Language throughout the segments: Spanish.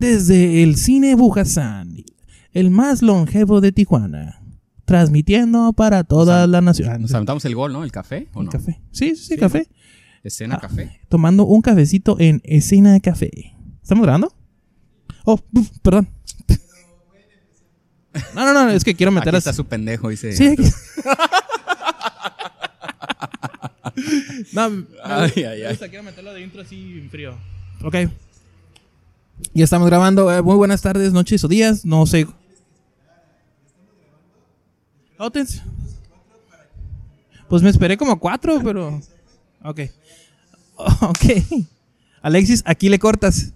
desde el Cine Bujasán, el más longevo de Tijuana, transmitiendo para toda Nos la nación. Nos aventamos el gol, ¿no? ¿El café o no? Café. Sí, sí, sí, Sí, café. Escena Ah. café. Tomando un cafecito en Escena de Café. ¿Estamos grabando? Oh, uf, perdón. No, no, no, es que quiero meter Aquí a... está su pendejo, dice. Sí, aquí- no, me Ay, ay, ay. gusta, quiero meterlo de intro así en frío. Ok. Ya estamos grabando. Eh, muy buenas tardes, noches o días. No sé. No, te- Pues me esperé como cuatro, pero. Ok. Ok. Alexis, aquí le cortas.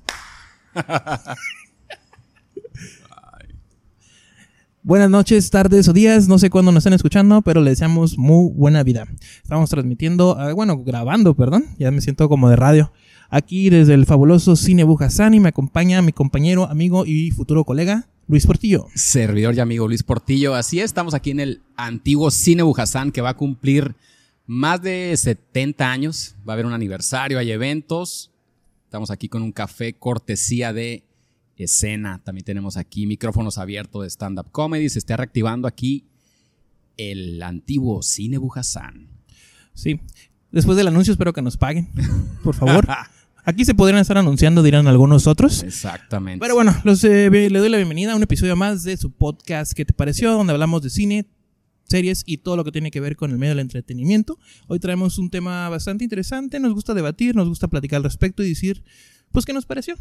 Buenas noches, tardes o días, no sé cuándo nos están escuchando, pero les deseamos muy buena vida. Estamos transmitiendo, ah, bueno, grabando, perdón, ya me siento como de radio. Aquí desde el fabuloso Cine Bujasán y me acompaña mi compañero, amigo y futuro colega, Luis Portillo. Servidor y amigo Luis Portillo. Así es, estamos aquí en el antiguo Cine Bujasán que va a cumplir más de 70 años. Va a haber un aniversario, hay eventos. Estamos aquí con un café cortesía de escena. También tenemos aquí micrófonos abiertos de stand-up comedy. Se está reactivando aquí el antiguo Cine Bujasán. Sí, después del anuncio espero que nos paguen, por favor. Aquí se podrían estar anunciando, dirán algunos otros. Exactamente. Pero bueno, los, eh, be- le doy la bienvenida a un episodio más de su podcast que te pareció, donde hablamos de cine, series y todo lo que tiene que ver con el medio del entretenimiento. Hoy traemos un tema bastante interesante, nos gusta debatir, nos gusta platicar al respecto y decir, pues, ¿qué nos pareció?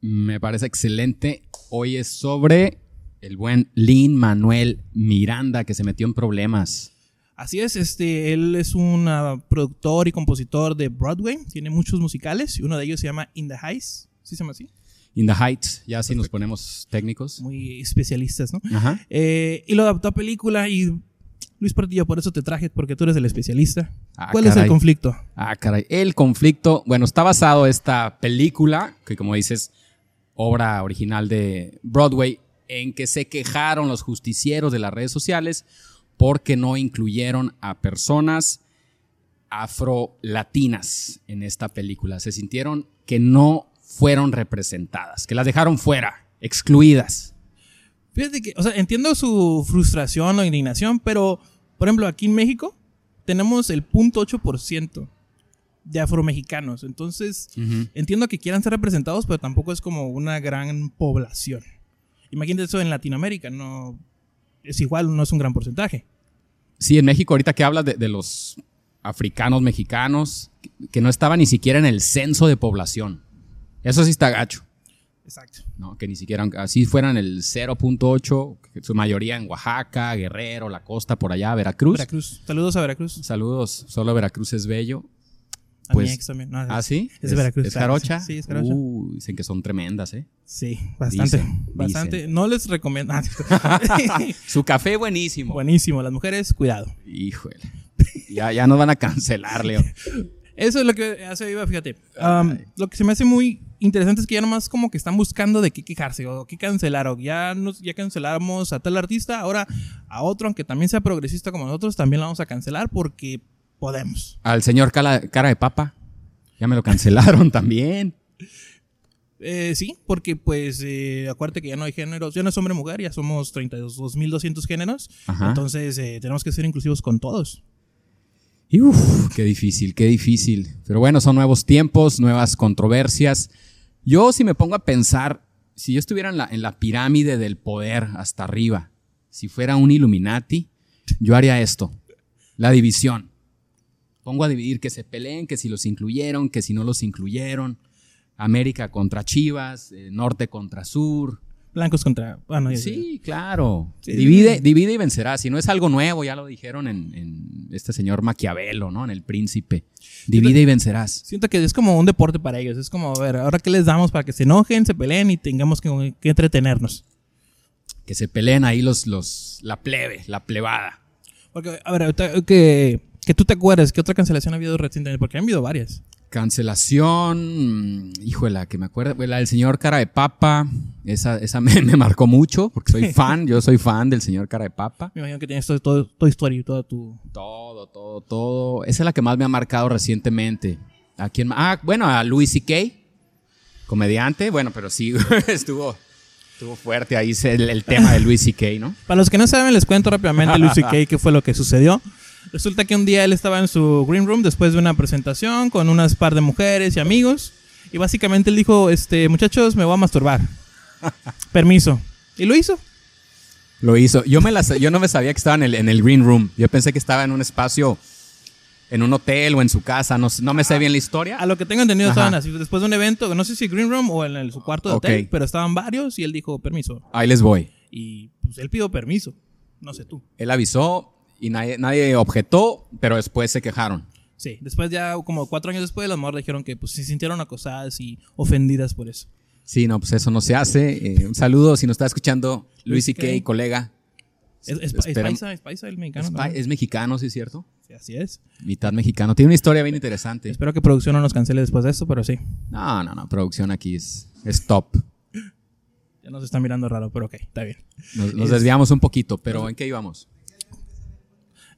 Me parece excelente. Hoy es sobre el buen Lin Manuel Miranda que se metió en problemas. Así es, este, él es un ah, productor y compositor de Broadway, tiene muchos musicales y uno de ellos se llama In the Heights, ¿sí se llama así? In the Heights, ya si nos ponemos técnicos. Muy especialistas, ¿no? Ajá. Eh, y lo adaptó a película y Luis Portillo, por eso te traje, porque tú eres el especialista. Ah, ¿Cuál es el caray. conflicto? Ah, caray. El conflicto, bueno, está basado esta película, que como dices, obra original de Broadway, en que se quejaron los justicieros de las redes sociales porque no incluyeron a personas afrolatinas en esta película. Se sintieron que no fueron representadas, que las dejaron fuera, excluidas. Fíjate que, o sea, entiendo su frustración o indignación, pero, por ejemplo, aquí en México tenemos el 0.8% de afromexicanos. Entonces, entiendo que quieran ser representados, pero tampoco es como una gran población. Imagínate eso en Latinoamérica, no es igual, no es un gran porcentaje. Sí, en México, ahorita que hablas de, de los africanos mexicanos, que, que no estaban ni siquiera en el censo de población. Eso sí está gacho, Exacto. ¿no? Que ni siquiera, aunque así fueran el 0.8, que su mayoría en Oaxaca, Guerrero, la costa, por allá, Veracruz. Veracruz. Saludos a Veracruz. Saludos, solo Veracruz es bello. A Pues- mi ex también. No, ¿Ah, sí? Es de Veracruz. ¿Es jarocha? Sí, es jarocha. Uh, dicen que son tremendas, ¿eh? Sí, bastante. Dicen, bastante. No les recomiendo. Ah, Su café buenísimo. Buenísimo. Las mujeres, cuidado. Híjole. Ya, ya nos van a cancelar, Leo. Eso es lo que hace Viva, fíjate. Um, lo que se me hace muy interesante es que ya nomás como que están buscando de qué quejarse o qué cancelar. O ya, nos, ya cancelamos a tal artista, ahora a otro, aunque también sea progresista como nosotros, también lo vamos a cancelar porque podemos. Al señor Cala- Cara de Papa, ya me lo cancelaron también. Eh, sí, porque pues eh, acuérdate que ya no hay géneros, ya no es hombre-mujer, ya somos 32.200 géneros. Ajá. Entonces eh, tenemos que ser inclusivos con todos. Y uf, qué difícil, qué difícil. Pero bueno, son nuevos tiempos, nuevas controversias. Yo si me pongo a pensar, si yo estuviera en la, en la pirámide del poder hasta arriba, si fuera un Illuminati, yo haría esto, la división. Pongo a dividir que se peleen, que si los incluyeron, que si no los incluyeron. América contra Chivas, eh, Norte contra Sur. Blancos contra... Ah, no, ya- Sí, claro. Sí. Divide, divide y vencerá. Si no es algo nuevo, ya lo dijeron en, en este señor Maquiavelo, ¿no? En El Príncipe. Divide y vencerás. Siento que es como un deporte para ellos. Es como, a ver, ahora qué les damos para que se enojen, se peleen y tengamos que, que entretenernos. Que se peleen ahí los, los, la plebe, la plebada. Porque, a ver, ahorita que, que tú te acuerdas, ¿qué otra cancelación ha habido recientemente? Porque han habido varias. Cancelación, mm, híjole, que me acuerdo, güey, la del señor Cara de Papa, esa, esa me, me marcó mucho, porque soy fan, yo soy fan del señor Cara de Papa. Me imagino que tienes todo, todo, toda historia y toda tu... Todo, todo, todo. Esa es la que más me ha marcado recientemente. ¿A quién ma- Ah, bueno, a Luis C.K. Comediante, bueno, pero sí, estuvo, estuvo fuerte ahí se- el, el tema de Luis C.K., ¿no? Para los que no saben, les cuento rápidamente Lucy Kay qué fue lo que sucedió. Resulta que un día él estaba en su green room después de una presentación con unas par de mujeres y amigos. Y básicamente él dijo, este, muchachos, me voy a masturbar. Permiso. Y lo hizo. Lo hizo. Yo, me la sa- yo no me sabía que estaba en el, en el Green Room. Yo pensé que estaba en un espacio, en un hotel o en su casa. No, sé- no me sé bien la historia. A lo que tengo entendido, Ajá. estaban así. Después de un evento, no sé si green room o en el- su cuarto de hotel, Ok. pero estaban varios y él dijo, permiso. Ahí les voy. Y pues él pidió permiso. No sé tú. Él avisó y nadie, nadie objetó, pero después se quejaron. Sí, después ya como cuatro años después las morras dijeron que pues se sintieron acosadas y ofendidas por eso. Sí, no, pues eso no se hace. Eh, un saludo si nos está escuchando Luis Luis y Kay, C.K., colega. Es, es- es Espera- paisa, es paisa el mexicano. es, ¿no? pa- es mexicano, sí, es cierto. Sí, así es. Mitad mexicano. Tiene una historia bien interesante. Espero que producción no nos cancele después de esto, pero sí. No, no, no. Producción aquí es, es top. Ya nos están mirando raro, pero ok, está bien. Nos, nos desviamos un poquito, pero ¿en qué íbamos?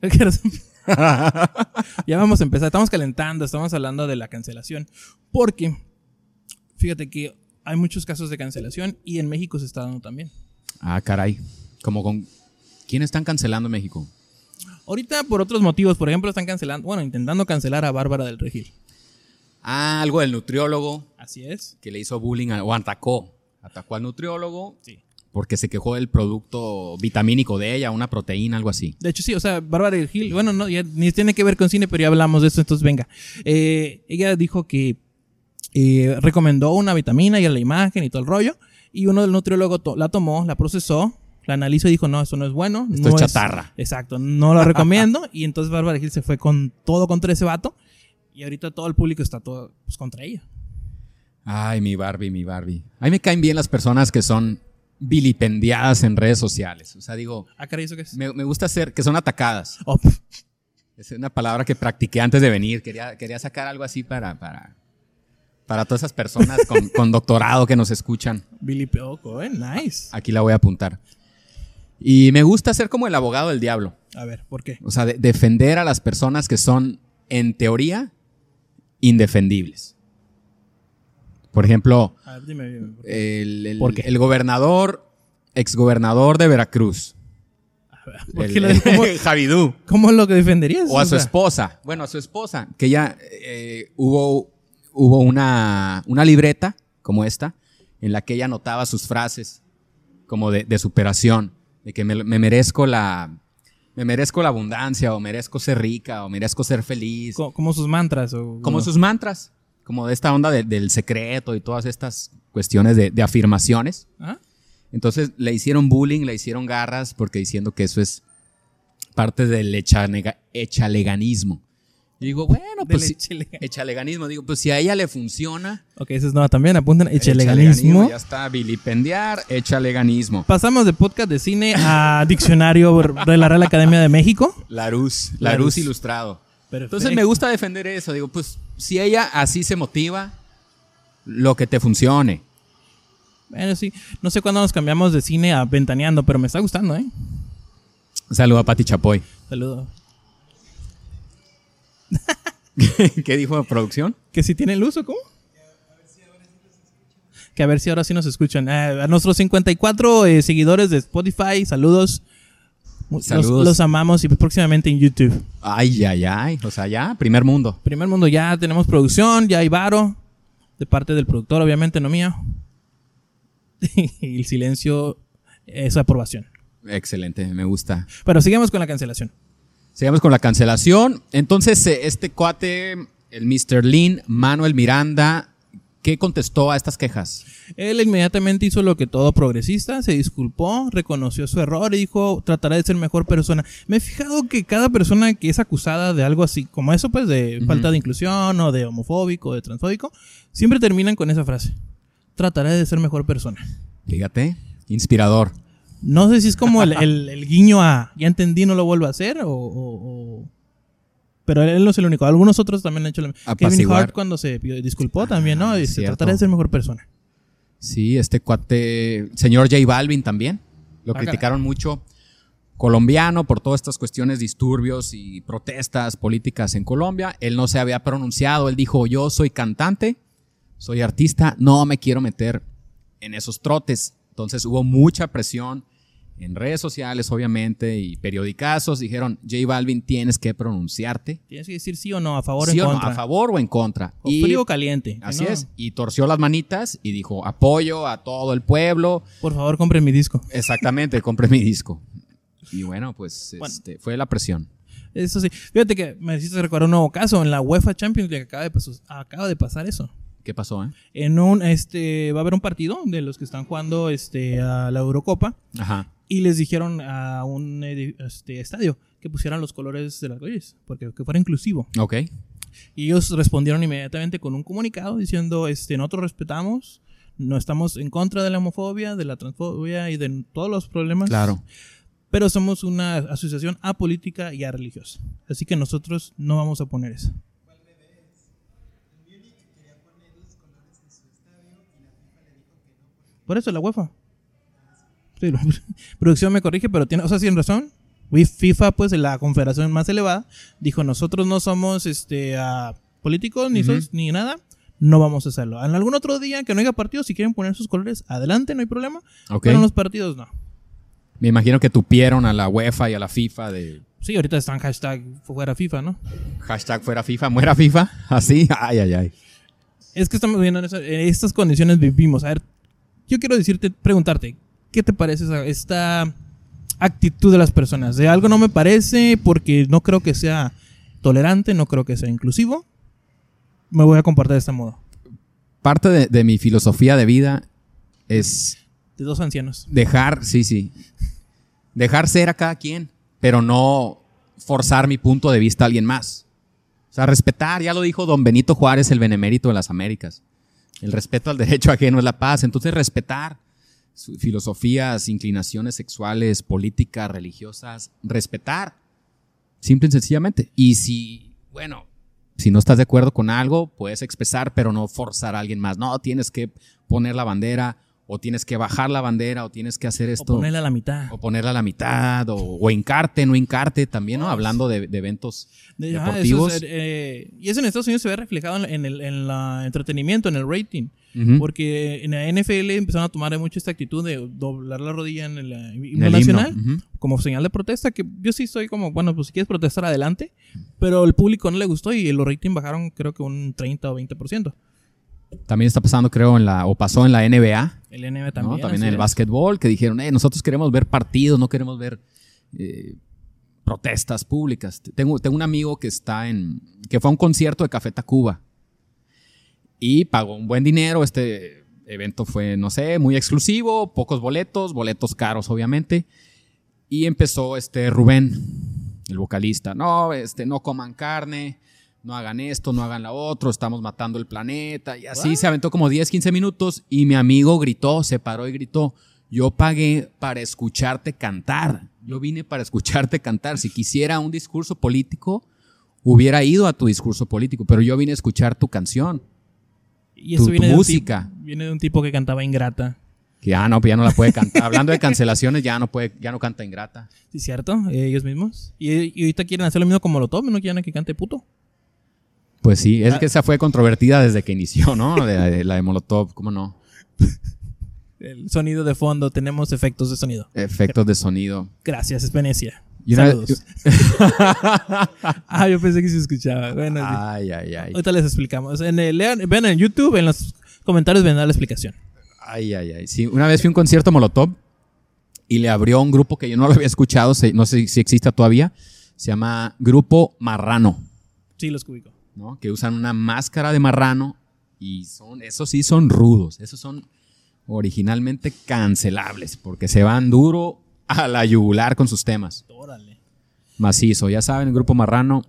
em- ya vamos a empezar. Estamos calentando, estamos hablando de la cancelación. Porque, fíjate que hay muchos casos de cancelación y en México se está dando también. Ah, caray. Como con. ¿Quién están cancelando en México? Ahorita por otros motivos, por ejemplo, están cancelando, bueno, intentando cancelar a Bárbara del Regil. Ah, algo del nutriólogo Así es. que le hizo bullying a- o atacó. Atacó al nutriólogo Sí. porque se quejó del producto vitamínico de ella, una proteína, algo así. De hecho, sí, o sea, Bárbara del Gil, bueno, no, ya ni tiene que ver con cine, pero ya hablamos de esto, entonces venga. Eh, ella dijo que eh, recomendó una vitamina y la imagen y todo el rollo, y uno del nutriólogo to- la tomó, la procesó, la analizó y dijo, no, eso no es bueno. Esto no es chatarra. exacto, no lo recomiendo, y entonces Bárbara del Gil se fue con todo contra ese vato, y ahorita todo el público está todo pues, contra ella. Ay, mi Barbie, mi Barbie. A mí me caen bien las personas que son vilipendiadas en redes sociales. O sea, digo, Ah, caray, ¿eso qué es? me, me gusta hacer que son atacadas. Oh, pf, Es una palabra que practiqué antes de venir. Quería, quería sacar algo así para, para, para todas esas personas con, con doctorado que nos escuchan. Billy Peoco, eh, nice. Aquí la voy a apuntar. Y me gusta ser como el abogado del diablo. A ver, ¿por qué? O sea, de- defender a las personas que son, en teoría, indefendibles. Por ejemplo, A ver, dime, dime. ¿por qué? el, el- ¿Por qué? el gobernador, exgobernador de Veracruz, ¿Por el- qué lo- cómo- Javidú, ¿Cómo lo que defenderías? o a su sea, esposa, bueno, a su esposa, que ya eh, hubo, hubo una, una libreta como esta, en la que ella anotaba sus frases como de, de superación, de que me, me merezco la... Me merezco la abundancia, o merezco ser rica, o merezco ser feliz. co- como sus mantras. O, como o- sus mantras, como de esta onda de- del secreto y todas estas cuestiones de, de afirmaciones. ¿Ah? Entonces le hicieron bullying, le hicieron garras, porque diciendo que eso es parte del echanega- echaleganismo. Y digo, bueno, Del pues si- echelegan- echaleganismo, digo, pues si a ella le funciona, Ok, eso es nueva también. Apuntan el echeleganismo. ya está, vilipendiar, echaleganismo. Pasamos de podcast de cine a diccionario de la Real Academia de México. Larus, Larus, Larus. ilustrado. Perfecto. Entonces me gusta defender eso, digo, pues si ella así se motiva, lo que te funcione. Bueno, sí. No sé cuándo nos cambiamos de cine a ventaneando, pero me está gustando, ¿eh? Un saludo a Pati Chapoy. Saludo. ¿Qué dijo producción? ¿Que si tiene luz o cómo? Que a ver si ahora sí nos escuchan. Ah, a nuestros 54 eh, seguidores de Spotify, saludos. Los- Saludos. los amamos y próximamente en YouTube. Ay, ay, ay. O sea, ya, primer mundo. Primer mundo ya tenemos producción, ya hay varo. De parte del productor, obviamente, no mío. y el silencio es aprobación. Excelente, me gusta. Pero sigamos con la cancelación. Sigamos con la cancelación. Entonces, eh, este cuate, el Mr. Lin, Manuel Miranda, ¿qué contestó a estas quejas? Él inmediatamente hizo lo que todo progresista, se disculpó, reconoció su error y dijo, tratará de ser mejor persona. Me he fijado que cada persona que es acusada de algo así, como eso, pues de falta de inclusión o de homofóbico o de transfóbico, siempre terminan con esa frase. Tratará de ser mejor persona. Fíjate, inspirador. No sé si es como el, el- el guiño a ya entendí, no lo vuelvo a hacer, o, o- o- Pero él no es el único. Algunos otros también han hecho lo mismo. Kevin Apaciguar. Hart, cuando se pidió- disculpó también, ¿no? Ah, Y se cierto. tratará de ser mejor persona. Sí, este cuate, señor J Balvin también, lo Ah, caray. criticaron mucho. Colombiano por todas estas cuestiones, disturbios y protestas políticas en Colombia. Él no se había pronunciado, él dijo, yo soy cantante, soy artista, no me quiero meter en esos trotes. Entonces hubo mucha presión en redes sociales, obviamente, y periodicazos. Dijeron, J Balvin, tienes que pronunciarte. Tienes que decir sí o no, a favor Sí o en o no, contra. a favor o en contra. O y, frío o caliente. Así No, es. Y torció las manitas y dijo, apoyo a todo el pueblo. Por favor, compren mi disco. Exactamente, compré mi disco. Y bueno, pues Bueno. este, fue la presión. Eso sí. Fíjate que me hiciste recordar un nuevo caso en la UEFA Champions League. Acaba de, pas- acaba de pasar eso. ¿Qué pasó, eh? En un, este, va a haber un partido de los que están jugando, este, a la Eurocopa. Ajá. Y les dijeron a un edi- este, estadio que pusieran los colores de las calles, porque que fuera inclusivo. Ok. Y ellos respondieron inmediatamente con un comunicado diciendo, este, nosotros respetamos, no estamos en contra de la homofobia, de la transfobia y de todos los problemas. Claro. Pero somos una asociación apolítica y religiosa. Así que nosotros no vamos a poner eso. Por eso la UEFA. Sí, la- producción me corrige, pero tiene, o sea, sin razón. Wi- FIFA, pues la confederación más elevada, dijo, nosotros no somos este ah, políticos ni, Ujú. sos- ni nada, no vamos a hacerlo. En algún otro día que no haya partido, si quieren poner sus colores, adelante, no hay problema. Ok. Pero en los partidos no. Me imagino que tupieron a la UEFA y a la FIFA de Sí, ahorita están hashtag fuera FIFA, ¿no? hashtag fuera FIFA, muera FIFA. Así. Ay, ay, ay. Es que estamos viviendo en, esa- en estas condiciones vivimos. A ver, yo quiero decirte, preguntarte, ¿qué te parece esa- esta actitud de las personas? De algo no me parece porque no creo que sea tolerante, no creo que sea inclusivo. Me voy a comportar de este modo. Parte de, de mi filosofía de vida es De dos ancianos. dejar, sí, sí. Dejar ser a cada quien, pero no forzar mi punto de vista a alguien más. O sea, respetar, ya lo dijo don Benito Juárez, el benemérito de las Américas. El respeto al derecho ajeno es la paz. Entonces, respetar su- filosofías, inclinaciones sexuales, políticas, religiosas, respetar. Simple y sencillamente. Y si, bueno, si no estás de acuerdo con algo, puedes expresar, pero no forzar a alguien más. No, tienes que poner la bandera, o tienes que bajar la bandera, o tienes que hacer O esto. ponerle a la mitad. O ponerla a la mitad, o, o hincarte, no hincarte, también, ¿no? Hablando de, de eventos De- ah, eso es, deportivos. eh, y eso en Estados Unidos se ve reflejado en, en el en la entretenimiento, en el rating. Ujú. Porque en la NFL empezaron a tomar mucho esta actitud de doblar la rodilla en el eh, En himno el himno. nacional. Ujú. como señal de protesta, que yo sí soy como, bueno, pues si quieres protestar adelante, pero el público no le gustó y los ratings bajaron creo que un 30 o 20%. También está pasando, creo, en la, o pasó en la NBA, El NBA también, también. ¿no? también así en el es. básquetbol, que dijeron, eh, nosotros queremos ver partidos, no queremos ver eh, protestas públicas. Tengo, tengo un amigo que está en, que fue a un concierto de Café Tacuba y pagó un buen dinero. Este evento fue, no sé, muy exclusivo, pocos boletos, boletos caros, obviamente. Y empezó este Rubén, el vocalista. No, este, no coman carne, no hagan esto, no hagan la otro, estamos matando el planeta. Y así ¿What? se aventó como 10, 15 minutos y mi amigo gritó, se paró y gritó. Yo pagué para escucharte cantar. Yo vine para escucharte cantar. Si quisiera un discurso político, hubiera ido a tu discurso político, pero yo vine a escuchar tu canción. Y tu- tu de un música. tip- viene de un tipo que cantaba Ingrata. Que ya no, pues ya no la puede cantar. Hablando de cancelaciones, ya no puede, ya no canta ingrata. ¿Sí es cierto? Eh, ellos mismos. Y, y ahorita quieren hacer lo mismo como lo tomen, no quieren que cante puto. Pues sí, es Ah. que esa fue controvertida desde que inició, ¿no? De, de la de Molotov, ¿cómo no? El sonido de fondo, tenemos efectos de sonido. Efectos de sonido. Gracias, es Venecia. Y una- Saludos. ah, yo pensé que se escuchaba. Bueno, sí. Ay, ay, ay. ahorita les explicamos. En el- lean- vean en YouTube, en los comentarios vendrá la explicación. Ay, ay, ay. Sí, una vez fui a un concierto Molotov y le abrió un grupo que yo no lo había escuchado, se- no sé si exista todavía. Se llama Grupo Marrano. Sí, los cubico. ¿no? Que usan una máscara de marrano y son, esos sí son rudos, esos son originalmente cancelables porque se van duro a la yugular con sus temas. Órale. Macizo, ya saben, el grupo marrano,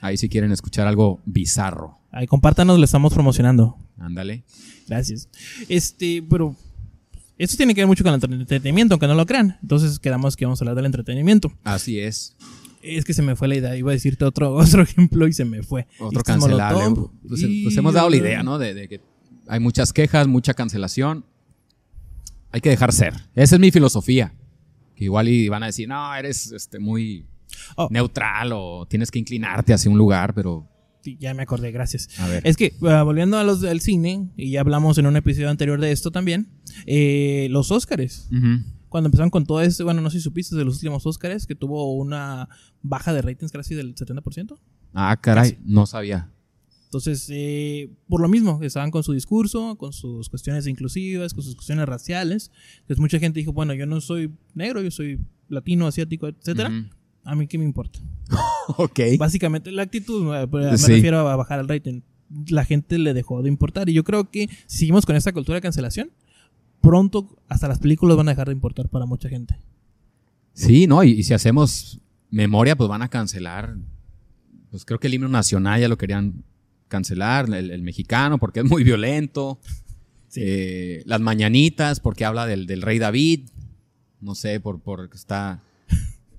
ahí si quieren escuchar algo bizarro, Ay, compártanos, lo estamos promocionando. ándale. Gracias. Este, pero esto tiene que ver mucho con el entretenimiento, aunque no lo crean. Entonces quedamos que vamos a hablar del entretenimiento. Así es, Es que se me fue la idea. Iba a decirte otro, otro ejemplo y se me fue. otro Este es cancelable. Molotov. Pues, Y- pues hemos dado la idea, ¿no? De, de que hay muchas quejas, mucha cancelación. Hay que dejar ser. Esa es mi filosofía. Que igual y van a decir, no, eres este, muy Oh, neutral o tienes que inclinarte hacia un lugar, pero ya me acordé, gracias. A ver. Es que, ah, volviendo a los del cine, y ya hablamos en un episodio anterior de esto también, eh, los Óscares. Ujú. Cuando empezaron con todo esto, bueno, no sé si supiste de los últimos Óscares, que tuvo una baja de ratings casi del 70%. Ah, caray, no sabía. Entonces, eh, por lo mismo, estaban con su discurso, con sus cuestiones inclusivas, con sus cuestiones raciales. Entonces, mucha gente dijo, bueno, yo no soy negro, yo soy latino, asiático, etcétera. A mí qué me importa. Ujú. Ok. Básicamente la actitud, eh, me Sí. refiero a bajar el rating. La gente le dejó de importar. Y yo creo que si seguimos con esta cultura de cancelación, pronto hasta las películas van a dejar de importar para mucha gente. Sí, no, y, y si hacemos memoria, pues van a cancelar. Pues creo que el himno nacional ya lo querían cancelar, el, el mexicano, porque es muy violento. Sí. Eh, las mañanitas, porque habla del, del rey David. No sé, por, por está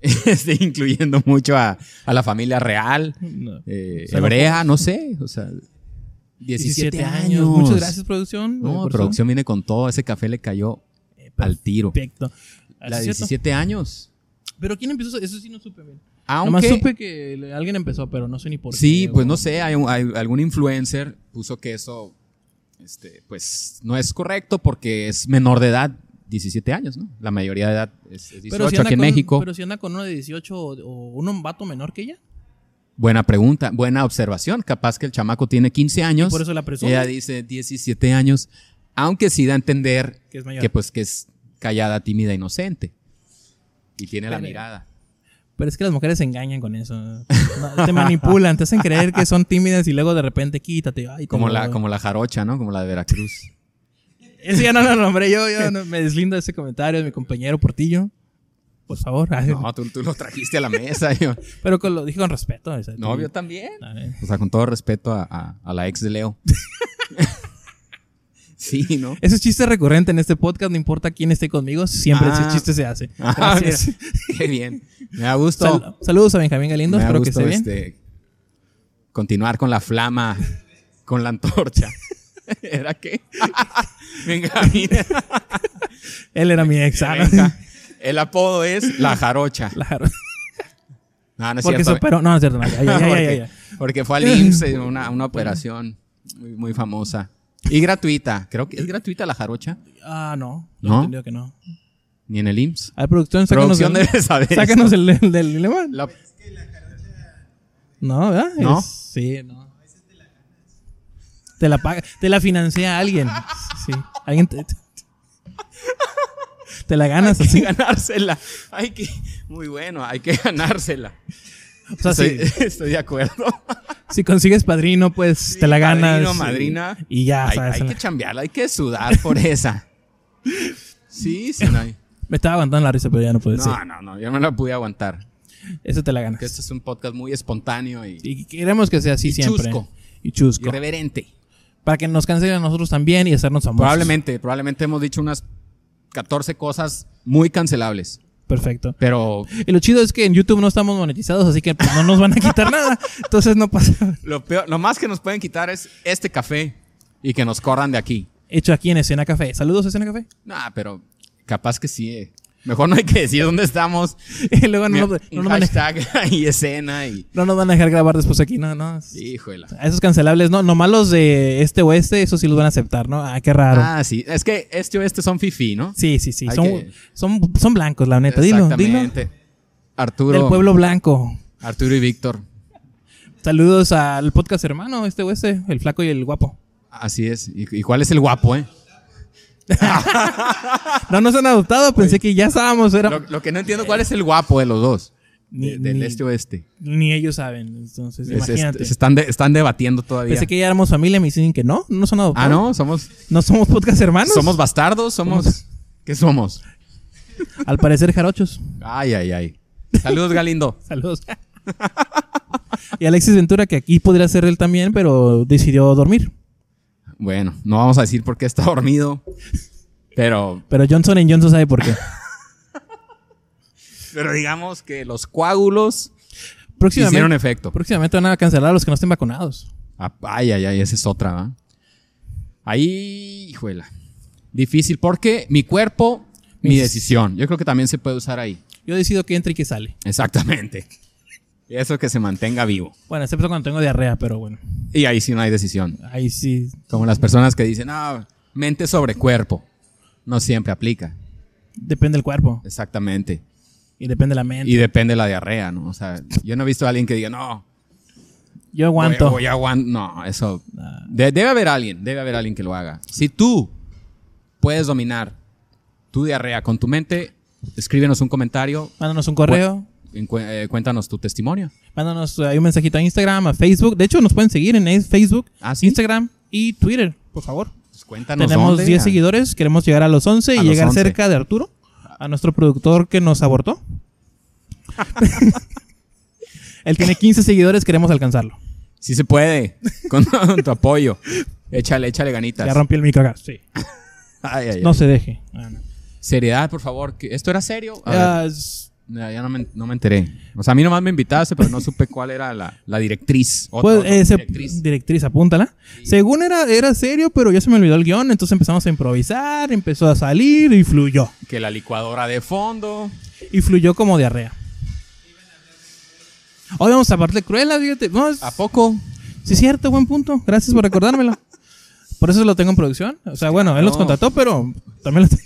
este, incluyendo mucho a, a la familia real, No. eh, O sea, hebrea, no sé. O sea, 17, años. Muchas gracias, producción. eh, No, por producción viene con todo. Ese café le cayó eso. Eh, al tiro. Perfecto. La de Así es cierto. 17 años. Pero ¿quién empezó? eso? Eso sí no supe bien. Aunque, Nomás supe que le- alguien empezó, pero no sé ni por qué. Sí, pues o- no sé, hay, un- hay algún influencer puso que eso, este, pues no es correcto porque es menor de edad, 17 años, ¿no? La mayoría de edad es, es 18 si anda aquí en con- México. Pero si anda con uno de 18 o, o un vato menor que ella. Buena pregunta, buena observación. Capaz que el chamaco tiene 15 años. Por eso la presume ella dice 17 años, aunque sí da a entender que es mayor. que pues que es callada, tímida, inocente. Y tiene la Pero- mirada. Pero es que las mujeres se engañan con eso. No, te manipulan, te hacen creer que son tímidas y luego de repente quítate. Ay, te Como lo- la, como la jarocha, ¿no? Como la de Veracruz. Ese ya no lo nombré yo. yo no- me deslindo de ese comentario de mi compañero Portillo. Por favor. No, tú, tú lo trajiste a la mesa. Yo. Pero con- lo dije con respeto. o sea, No, tú- yo también. A ver. O sea, con todo respeto a, a- a la ex de Leo. sí, ¿no? Ese chiste recurrente en este podcast, no importa quién esté conmigo, siempre Ah. ese chiste se hace. Ah, Gracias. Qué bien. Me da gusto. Sal- saludos a Benjamín Galindo, me da espero que gusto, esté bien. este, continuar con la flama, con la antorcha. ¿Era qué? Venga, mira. Él era mi ex. ah, ¿no? Venga. El apodo es La Jarocha. Claro. No, no es Porque cierto. eh. superó. No, no es cierto. Mike. Ay, ay, ay, ay, porque, ay. porque fue al IMSS eh, una, una operación muy, muy famosa. Y gratuita. Creo que es gratuita la jarocha. Ah, no. ¿No? No. Entendido que no. Ni en el IMSS. A ver, producción, sácanos Producción el, debe saber. sácanos el, el del dilema. La- No, ¿verdad? ¿No? Es- sí, no. Te la paga, te la financia alguien. Sí. Alguien te, te- te la ganas hay que así. ganársela. Hay que, muy bueno, hay que ganársela. O sea, estoy, si, estoy de acuerdo. si consigues padrino, pues te la ganas. Padrino, y- madrina. Y ya, hay, sabes. hay que chambearla, hay que sudar por esa. Sí, sí, no. hay- Me estaba aguantando la risa, pero ya no puede ser. No, no, no, yo no la pude aguantar. Eso te la Que ganas. esto es un podcast muy espontáneo y, Y queremos que sea así Y siempre. chusco. Y chusco. irreverente. Para que nos cancelen a nosotros también y hacernos famosos. Probablemente, probablemente hemos dicho unas 14 cosas muy cancelables. Perfecto. Pero Y lo chido es que en YouTube no estamos monetizados, así que pues, no nos van a quitar nada. Entonces no pasa. lo, peor, lo más que nos pueden quitar es este café y que nos corran de aquí. Hecho aquí en Escena Café. Saludos, Escena Café. No, pero capaz que sí. eh. Mejor no hay que decir dónde estamos. Y luego no, Mira, nos- no un nos van a, hashtag y escena y... no nos van a dejar grabar después aquí, no, no. Híjole. A esos cancelables, no, nomás los de este oeste, esos sí los van a aceptar, ¿no? Ah, qué raro. Ah, sí. Es que este o este son fifi, ¿no? sí, sí, sí. hay Son, que- son, son blancos, la neta. Dilo, dilo. Exactamente. Arturo. Del pueblo blanco. Arturo y Víctor. Saludos al podcast hermano, este oeste, el flaco y el guapo. Así es. ¿Y, y cuál es el guapo, eh? No nos han adoptado, pensé que ya estábamos, era... Lo, lo que no entiendo, ¿cuál es el guapo de los dos? Ni- De- del ni- este oeste. Ni ellos saben, entonces, Es- es- imagínate. se están, de- están debatiendo todavía. Pensé que ya éramos familia, me dicen que no, no nos han adoptado. Ah, no, somos, Ah, No somos podcast hermanos. somos bastardos, somos. ¿Qué somos? Al parecer jarochos. Ay, ay, ay. Saludos, Galindo. Saludos. y Alexis Ventura, que aquí podría ser él también, pero decidió dormir. Bueno, no vamos a decir por qué está dormido, pero, Pero Johnson Johnson sabe por qué. pero digamos que los coágulos hicieron Próximamente, efecto. próximamente van a cancelar a los que no estén vacunados. Ah, Ay, ay, ay, esa es otra, ¿va? Ahí, hijuela. Difícil, porque mi cuerpo, mi Mis- decisión. Yo creo que también se puede usar ahí. Yo decido que entra y que sale. Exactamente. Eso que se mantenga vivo. Bueno, excepto cuando tengo diarrea, pero bueno. Y ahí sí no hay decisión. Ahí sí. Como las personas que dicen, ah, mente sobre cuerpo. No siempre aplica. Depende del cuerpo Exactamente. y depende de la mente. Y depende de la diarrea, ¿no? O sea, yo no he visto a alguien que diga, no, Yo voy- aguanto. Ah, voy a aguant-". No, eso. de- debe haber alguien, debe haber alguien que lo haga. Si tú puedes dominar tu diarrea con tu mente, escríbenos un comentario, Mándanos un correo. encu- eh, cuéntanos tu testimonio. Mándanos eh, un mensajito a Instagram, a Facebook. De hecho, nos pueden seguir en es- Facebook, Ah, ¿sí? Instagram y Twitter, por favor. Pues cuéntanos Tenemos dónde, 10 a- seguidores. Queremos llegar a los 11 y A los llegar 11. cerca de Arturo, a nuestro productor que nos abortó. Él tiene 15 seguidores, queremos alcanzarlo. Sí se puede, con, con tu apoyo. Échale, échale ganitas. Ya rompí el micro acá. Sí. Ay, ay, ay. No se deje. Ah, no. Seriedad, por favor. que- ¿Esto era serio? A ver. Ah, s- Ya, ya no, me, no me enteré. O sea, a mí nomás me invitaste, pero no supe cuál era la, la directriz. Otra, pues, otra ese- directriz. directriz. apúntala. Según era, era serio, pero ya se me olvidó el guión, entonces empezamos a improvisar, empezó a salir y fluyó. Que la licuadora de fondo. Y fluyó como diarrea. Hoy vamos a hablar de Cruella, fíjate. No, es- ¿A poco? sí, es cierto, buen punto. Gracias por recordármelo. Por eso lo tengo en producción. O sea, bueno, él los No. contrató, pero también los-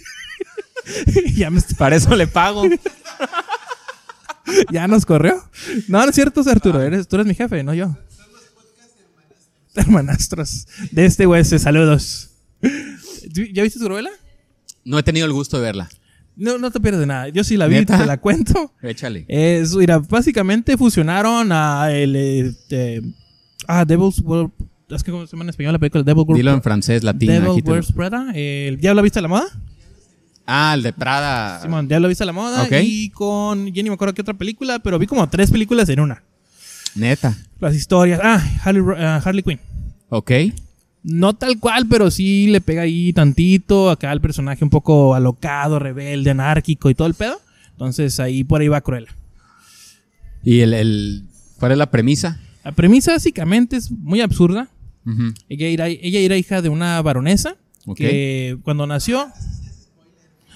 ya, me est- Para eso le pago. ya nos corrió. No, no es cierto, es Arturo. Ah. Eres, tú eres mi jefe, no yo. Hermanastros. De este US, saludos. ¿Tú- ¿Ya viste tu novela? No he tenido el gusto de verla. No, no te pierdes nada. Yo sí la vi, ¿Neta? te la cuento. Échale. Es, mira, básicamente fusionaron a el este, a Devil's World. Es que cómo se llama en español la película Devil World. Dilo en francés, latín. aquí Devil's te lo- World Prada. El Diablo a Vista de la Moda. Ah, el de Prada. Simón, Diablo a Vista de la Moda. Ok. Y con. Ya ni me acuerdo qué otra película, pero vi como tres películas en una. Neta. Las historias. Ah, Harley, Ro- ah, Harley Quinn. Ok. No tal cual, pero sí le pega ahí tantito. Acá el personaje un poco alocado, rebelde, anárquico y todo el pedo. Entonces ahí por ahí va Cruella. ¿Y el, el- cuál es la premisa? La premisa básicamente es muy absurda. Ujú. Ella era, ella era hija de una baronesa Ok. que cuando nació...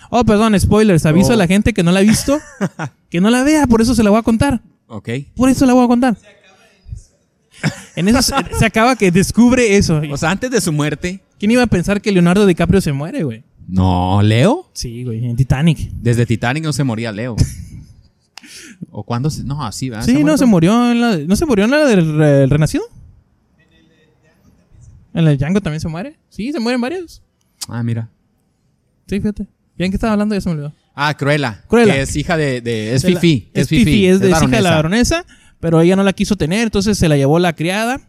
Oh, perdón, spoilers. Aviso Oh. a la gente que no la ha visto que no la vea, por eso se la voy a contar. Ok. Por eso la voy a contar. En eso se, se acaba que descubre eso. O sea, antes de su muerte. ¿Quién iba a pensar que Leonardo DiCaprio se muere, güey? No, Leo. Sí, güey, en Titanic. Desde Titanic no se moría Leo. ¿O cuándo Ah, se.? No, así, ¿verdad? sí, no muerto? se murió en la, no se murió en la del re- el Renacido. En el Django también se muere. Sí, se mueren varios. Ah, mira. Sí, fíjate. Bien que estaba hablando, ya se me olvidó. Ah, Cruella. Cruella. Que es hija de. de- es de la- Fifi. Es Fifi, es, de- es hija de la baronesa. baronesa, pero ella no la quiso tener, entonces se la llevó la criada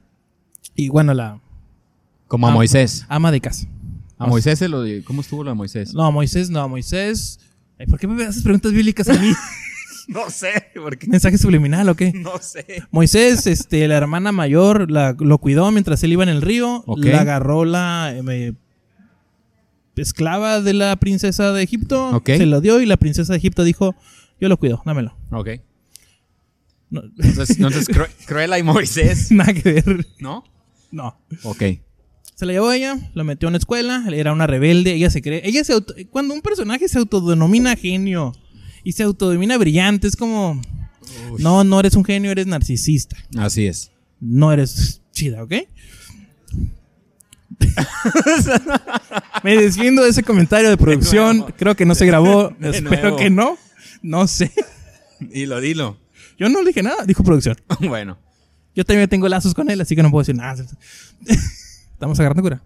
y bueno, la Como a Ah. Moisés. ama de casa. A Moisés se lo. di- ¿Cómo estuvo lo de Moisés? No, Moisés, no, Moisés. Ay, ¿Por qué me haces preguntas bíblicas a mí? No sé, porque ¿Mensaje subliminal o qué? no sé. Moisés, este, la hermana mayor, la, lo cuidó mientras él iba en el río. Ok. La agarró la em, eh, esclava de la princesa de Egipto. Ok. Se lo dio y la princesa de Egipto dijo, yo lo cuido, dámelo. Ok. No, Entonces, entonces Cru- Cruella y Moisés, nada que ver. ¿no? No. Ok. Se la llevó ella, la metió en una escuela, era una rebelde, ella se cree, ella se auto- cuando un personaje se autodenomina genio y se autodenomina brillante, es como no, no eres un genio, eres narcisista. Así es. No eres chida, ¿ok? Me desviendo de ese comentario de producción, nuevo. creo que no se grabó, De espero nuevo. que no, no sé. Dilo, dilo. Yo no le dije nada, dijo producción. Bueno. Yo también tengo lazos con él, así que no puedo decir nada. Estamos agarrando cura.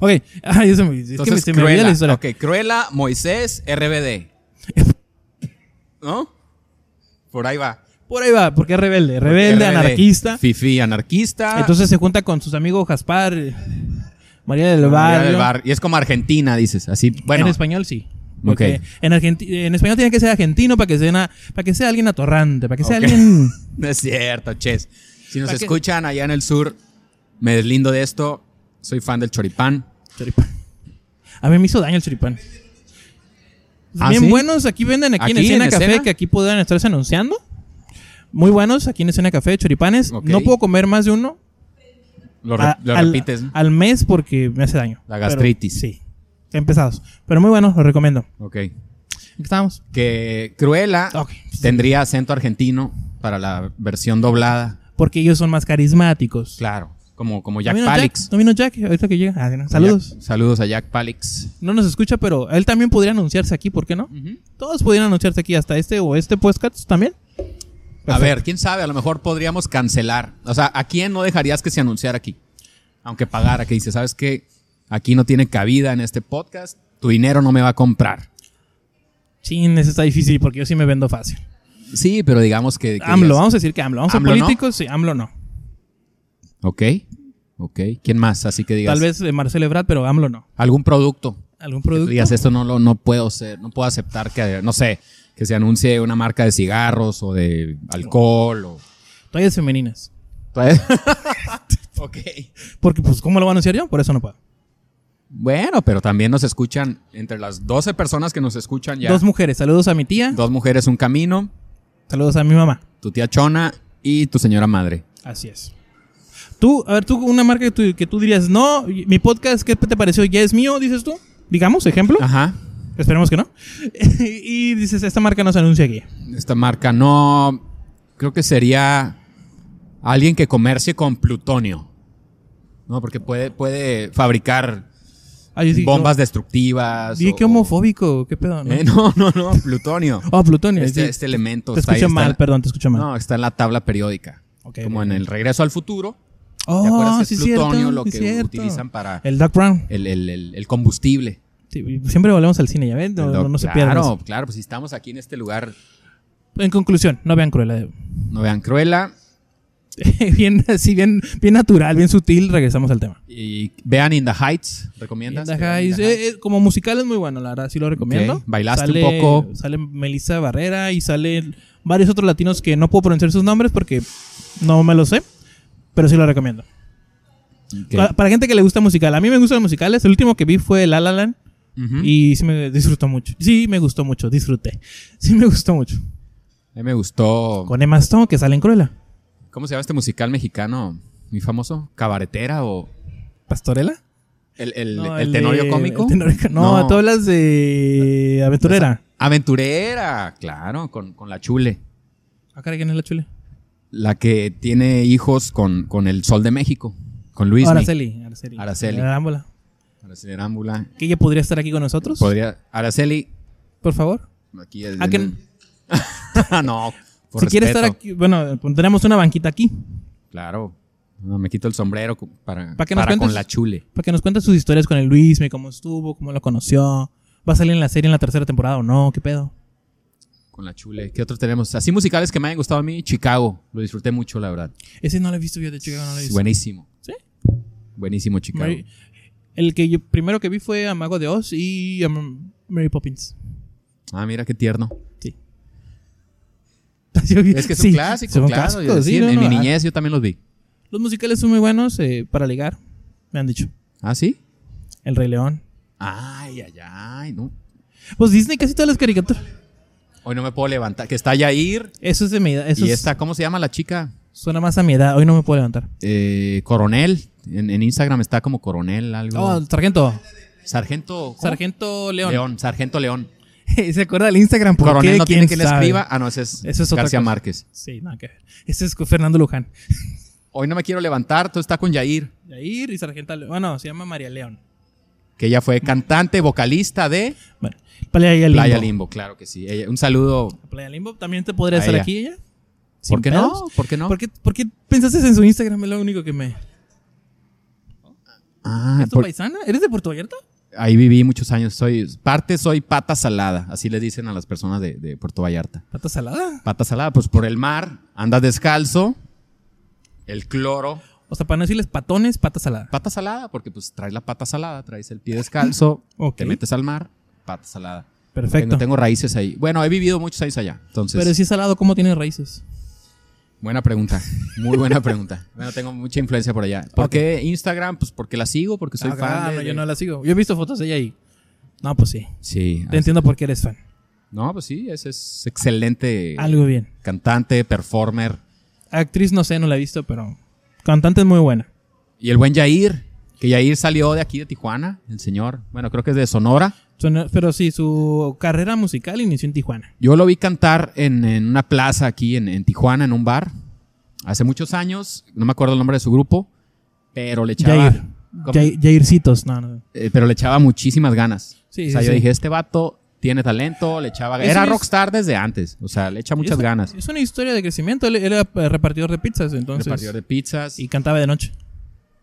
Ok, ay, eso me, es que Entonces, se me olvida Cruella. la historia. Ok, Cruella, Moisés, RBD. ¿No? Por ahí va. Por ahí va, porque es rebelde, rebelde, RBD. anarquista. Fifi, anarquista. Entonces se junta con sus amigos Gaspar, eh, María del María Barrio. del Bar- Y es como Argentina, dices. Así, bueno. En español sí. Porque Ok. En, argenti- en español tiene que ser argentino para que sea, una- para que sea alguien atorrante, para que sea Ok. alguien... No es cierto, Ches. Si nos ¿Para qué? escuchan allá en el sur, me deslindo de esto. Soy fan del choripán. Choripán. A mí me hizo daño el choripán. ¿Ah, Bien sí? buenos, aquí venden aquí, en ¿Aquí, Escena en Café, Escena? que aquí podrían estarse anunciando. Muy buenos, aquí en Escena Café, choripanes. Ok. No puedo comer más de uno. Lo, re- a- lo Ah, al, repites. Al mes porque me hace daño. La Pero- gastritis. sí. Empezados. Pero muy buenos, los recomiendo. Ok. Aquí estamos. Que Cruella Ok. tendría acento argentino. para la versión doblada. Porque ellos son más carismáticos. Claro, como, como ¿No Jack vino Palix. ¿No vino Jack? Ahorita que llega. Ah, saludos. Jack- saludos a Jack Palix. No nos escucha, pero él también podría anunciarse aquí, ¿por qué no? Todos podrían anunciarse aquí, hasta este o este podcast también. A Perfecto. ver, quién sabe, a lo mejor podríamos cancelar. O sea, ¿a quién no dejarías que se anunciara aquí? Aunque pagara, que dice, ¿sabes qué? Aquí no tiene cabida en este podcast, tu dinero no me va a comprar. Chin, eso está difícil porque yo sí me vendo fácil. Sí, pero digamos que... que AMLO, digas, vamos a decir que AMLO. Vamos ¿AMLO a no? políticos, sí, AMLO no. Ok, ok. ¿Quién más? Así que digas, Tal vez de Marcelo Ebrard, pero AMLO no. algún producto. ¿Algún Que tú producto? digas, esto no, lo, no puedo ser, no puedo aceptar que, no sé, que se anuncie una marca de cigarros o de alcohol o... Toallas femeninas. ok. Porque, pues, ¿cómo lo va a anunciar yo? Por eso no puedo. Bueno, pero también nos escuchan, entre las 12 personas que nos escuchan ya, Dos mujeres. Saludos a mi tía. dos mujeres, un camino. Saludos a mi mamá. tu tía Chona y tu señora madre. Así es. Tú, a ver, tú, una marca que tú, que tú dirías, no, mi podcast, ¿qué te pareció? ¿Ya es mío? Dices tú. Digamos, ejemplo. Ajá. Esperemos que no. y dices, esta marca no se anuncia aquí. Esta marca no. Creo que sería alguien que comercie con plutonio. No, porque puede, puede fabricar Ah, yo dije, bombas destructivas. Dije o- que homofóbico, qué pedo, ¿no? Eh, no, no, no, plutonio. Oh, plutonio. Este, sí. este elemento te está ahí, escucho está en mal, la- perdón, te escucho mal. No, está en la tabla periódica. Ok, Como ok. en el regreso al futuro. oh, ¿Te acuerdas que es sí, plutonio cierto, lo sí, que cierto. utilizan para El Doc Brown. el, el- el- el combustible? Sí, siempre volvemos al cine, ya ven, no, El doc- no se pierdan. claro, eso. claro, pues si estamos aquí en este lugar, En conclusión, no vean Cruella. no vean Cruella, bien, así, bien, bien natural, bien sutil, regresamos al tema. Y vean In the Heights, ¿recomiendas? Linda que vean Hayes, In the Heights? eh, eh, como musical es muy bueno, la verdad, sí lo recomiendo. Ok, bailaste un poco. Sale Melissa Barrera y salen varios otros latinos que no puedo pronunciar sus nombres porque no me lo sé, pero sí lo recomiendo. Ok. Para, para gente que le gusta musical, a mí me gustan los musicales. El último que vi fue La La Land Ujú. y sí me disfrutó mucho. Sí, me gustó mucho, disfruté. Sí, me gustó mucho. A mí me gustó. Con Emma Stone que sale en Cruella. ¿Cómo se llama este musical mexicano? Muy famoso. ¿Cabaretera o ¿Pastorela? el, el- No, el el tenorio de- cómico? el tenorio- no, tú hablas de Aventurera. Aventurera, claro, con, con la chule. Ah, caray, ¿quién es la chule? La que tiene hijos con, con el Sol de México, con Luis. Araceli. Araceli. Araceli. Arámbula. Araceli Arámbula. Que ella podría estar aquí con nosotros. Podría. Araceli, Por favor. aquí es. Ah, que- no. por si quiere estar respeto. aquí, bueno, tenemos una banquita aquí Claro. No, me quito el sombrero cu- para, ¿Para qué nos para con cuentes? la chule. para que nos cuente sus historias con el Luismi, cómo estuvo, cómo lo conoció. ¿Va a salir en la serie en la tercera temporada o no? ¿Qué pedo? Con la chule. ¿Qué otros tenemos? Así musicales que me hayan gustado a mí, Chicago. Lo disfruté mucho, la verdad. Ese no lo he visto yo de Chicago, no lo he visto. Buenísimo. ¿Sí? Buenísimo, Chicago. Mary- el que yo primero que vi fue a Mago de Oz y a M- Mary Poppins. Ah, mira qué tierno. Sí. Yo vi- Es que es sí, un clásico, son claro. clásicos, yo decía, sí, en, no, en mi no, ah, niñez yo también los vi. Los musicales son muy buenos eh, para ligar, me han dicho. ¿Ah, sí? El Rey León. Ay, ay, ay, no. Pues Disney casi todas las caricaturas. Hoy no me puedo levantar. Que está Yair. Eso es de mi edad. Eso Y es- está, ¿cómo se llama la chica? suena más a mi edad. Hoy no me puedo levantar. Eh, coronel. En, en Instagram está como coronel, algo. Oh, sargento. Sargento. ¿cómo? Sargento León. León. Sargento León. ¿Se acuerda del Instagram? ¿Por Coronel qué? no tiene ¿Quién que le sabe? escriba. Ah, no, ese es, Eso es otra García cosa. Márquez. Sí, nada que ver. Ese es con Fernando Luján. Hoy no me quiero levantar. Todo está con Yair. Yair y Sargento León. Bueno, se llama María León. que ella fue cantante, vocalista de Bueno, Playa Limbo. Playa Limbo, claro que sí. Ella- un saludo. Playa Limbo también te podría A estar ella. aquí ella. Sin ¿Por qué no? pedos. ¿Por qué no? ¿Por, qué, por qué pensaste en su Instagram? Es lo único que me. Ah, ¿Es tu por- paisana? ¿Eres de Puerto Vallarta? Ah, ahí viví muchos años. Soy parte soy pata salada, así le dicen a las personas de, de Puerto Vallarta. Pata salada. Pata salada, pues por el mar, andas descalzo, el cloro. O sea, para no decirles patones, pata salada. Pata salada, porque pues traes la pata salada, traes el pie descalzo, Ok. te metes al mar, pata salada. Perfecto. Tengo, tengo raíces ahí. Bueno, he vivido muchos años allá. Entonces, Pero si es salado, ¿cómo tiene raíces? Buena pregunta, muy buena pregunta. Bueno, tengo mucha influencia por allá. ¿Por Ok. qué Instagram? Pues porque la sigo, porque soy Ah, fan. de- no, yo de- no la sigo. Yo he visto fotos de ella y. No, pues sí. Ah, Sí. Te entiendo por qué eres fan. No, pues sí, ese es excelente Algo bien. cantante, performer. Actriz no sé, no la he visto, pero cantante es muy buena. Y el buen Yair, que Yair salió de aquí de Tijuana, el señor. Bueno, creo que es de Sonora. Sonó- Pero sí, su carrera musical inició en Tijuana. Yo lo vi cantar en, en una plaza aquí en, en Tijuana, en un bar, hace muchos años. No me acuerdo el nombre de su grupo, pero le echaba, Jair. ¿Cómo? Jair- Jaircitos, no, no. eh, pero le echaba muchísimas ganas. Sí, o sea, sí, yo sí. dije, este vato tiene talento, le echaba... Eso Era es- rockstar desde antes, o sea, le echa muchas Es- ganas. Es una historia de crecimiento. Él era eh, repartidor de pizzas entonces. Repartidor de pizzas. Y cantaba de noche.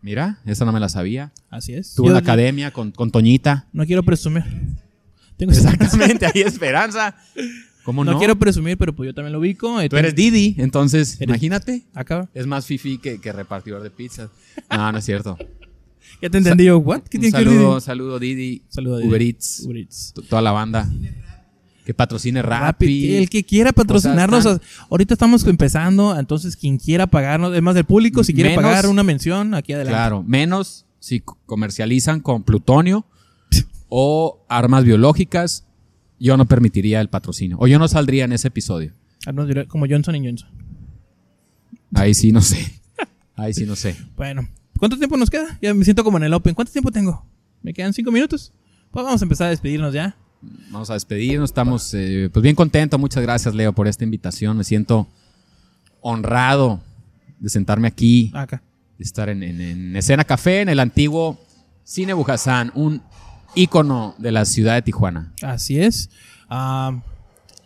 Mira, esa no me la sabía. Así es. Estuvo en Yo la academia con, con Toñita. No quiero presumir. Tengo Exactamente, hay esperanza. ¿Cómo no? No, quiero presumir, pero pues yo también lo ubico. Eh, Tú eres Didi, entonces, imagínate. Acá. Es más fifi que, que repartidor de pizzas. No, no es cierto. Ya te entendí yo. ¿What? ¿Qué Un tiene que ver? saludo, Didi? Saludo saludo Didi, a Didi. Uber Eats, Uber Eats. to- toda la banda. Que patrocine Rappi, Rappi. el que quiera patrocinarnos, Cosas ahorita estamos empezando, entonces quien quiera pagarnos, es más del público, si quiere Menos- pagar una mención, aquí adelante. Claro, menos si co- comercializan con plutonio o armas biológicas. Yo no permitiría el patrocinio. O yo no saldría en ese episodio. Arnold Direct, Ah, Como Johnson y Johnson. Ahí sí no sé. Ahí sí no sé. Bueno, ¿cuánto tiempo nos queda? Ya me siento como en el Open. ¿Cuánto tiempo tengo? ¿Me quedan cinco minutos? Pues vamos a empezar a despedirnos ya. Vamos a despedirnos. Estamos eh, pues bien contentos. Muchas gracias, Leo, por esta invitación. Me siento honrado de sentarme aquí, Acá. de estar en, en- en Escena Café, en el antiguo Cine Bujasán, un ícono de la ciudad de Tijuana. Así es. Ah,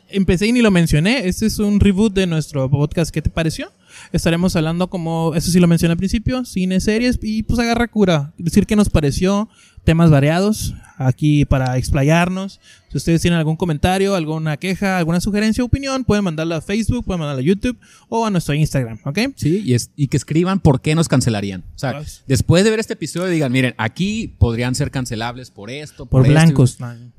empecé y ni lo mencioné. Este es un reboot de nuestro podcast. ¿Qué te pareció? Estaremos hablando como, eso sí lo mencioné al principio, cine, series y pues agarra cura. Decir qué nos pareció, temas variados, aquí para explayarnos. Si ustedes tienen algún comentario, alguna queja, alguna sugerencia, opinión, pueden mandarla a Facebook, pueden mandarla a YouTube o a nuestro Instagram, ¿ok? Sí, y, es- y que escriban por qué nos cancelarían. O sea, Ah. después de ver este episodio, digan, miren, aquí podrían ser cancelables por esto, por, Por esto". blancos.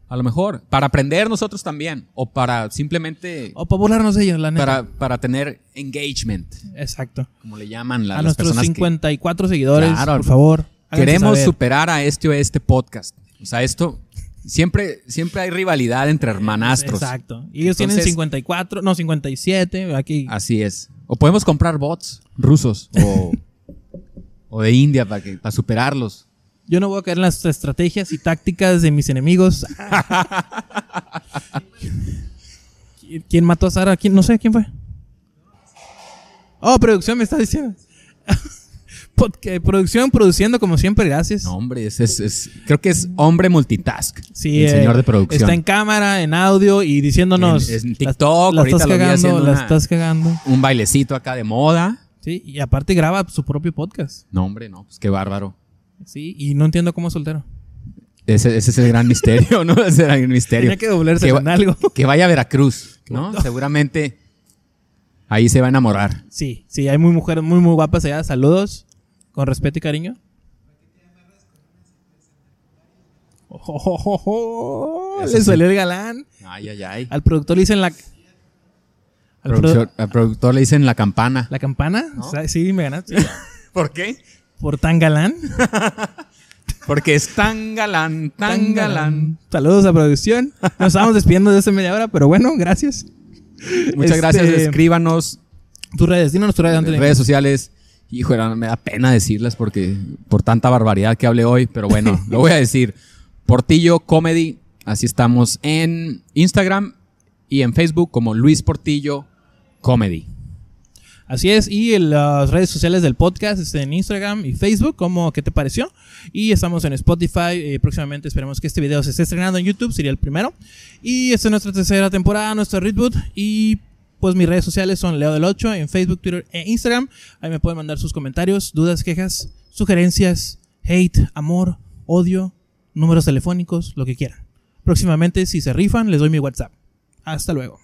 A lo mejor, para aprender nosotros también, o para simplemente, O para burlarnos de ellos, la neta. para, para tener engagement, Exacto. como le llaman la- a las nuestros personas que- 54 seguidores, Claro. por favor. háganse Queremos saber. superar a este o este podcast. O sea, esto siempre, siempre hay rivalidad entre hermanastros. Exacto. Y ellos tienen Entonces- Ah. 54, no, 57. Aquí. Así es. O podemos comprar bots rusos o, o de India para, que, para superarlos. Yo no voy a caer en las estrategias y tácticas de mis enemigos. ¿Quién mató a Sara? ¿Quién? No sé quién fue. Oh, producción me está diciendo. Porque producción produciendo como siempre, gracias. No, hombre, es, es- es- creo que es hombre multitask. Sí, el eh, señor de producción. Está en cámara, en audio y diciéndonos. En- en TikTok, las, ahorita estás lo vi cagando, haciendo la una- estás cagando. Un bailecito acá de moda. Sí, y aparte graba su propio podcast. No, hombre, no, pues qué bárbaro. Sí, y no entiendo cómo es soltero. Ese, ese es el gran misterio, ¿no? Ese es el gran misterio. Tenía que doblarse Que va- con algo. Que vaya a Veracruz, ¿no? Seguramente ahí se va a enamorar. Sí, sí, hay muy mujeres muy muy guapas allá. Saludos, con respeto y cariño. Oh, oh, oh, oh, Eso Le sí. salió el galán. Ay, ay, ay. Al productor le dicen la. Al produ- Productor- al productor le dicen la campana. ¿La campana? ¿No? Sa- Sí, me ganaste. ¿Por qué? Por tan galán. Porque es tan galán, tan galán. Saludos a producción. Nos estábamos despidiendo desde hace media hora, pero bueno, gracias. Muchas Este, gracias, escríbanos Tus redes, dinos tus redes en antes de- redes sociales. Hijo, era- me da pena decirlas porque por tanta barbaridad que hablé hoy, pero bueno, lo voy a decir. Portillo Comedy, así estamos en Instagram y en Facebook como Luis Portillo Comedy. Así es, y en las redes sociales del podcast este, en Instagram y Facebook, como qué te pareció. Y estamos en Spotify, eh, próximamente esperemos que este video se esté estrenando en YouTube, sería el primero. Y esta es nuestra tercera temporada, nuestro reboot. Y pues mis redes sociales son Leo del 8 en Facebook, Twitter e Instagram. Ahí me pueden mandar sus comentarios, dudas, quejas, sugerencias, hate, amor, odio, números telefónicos, lo que quieran. Próximamente, si se rifan, les doy mi WhatsApp. Hasta luego.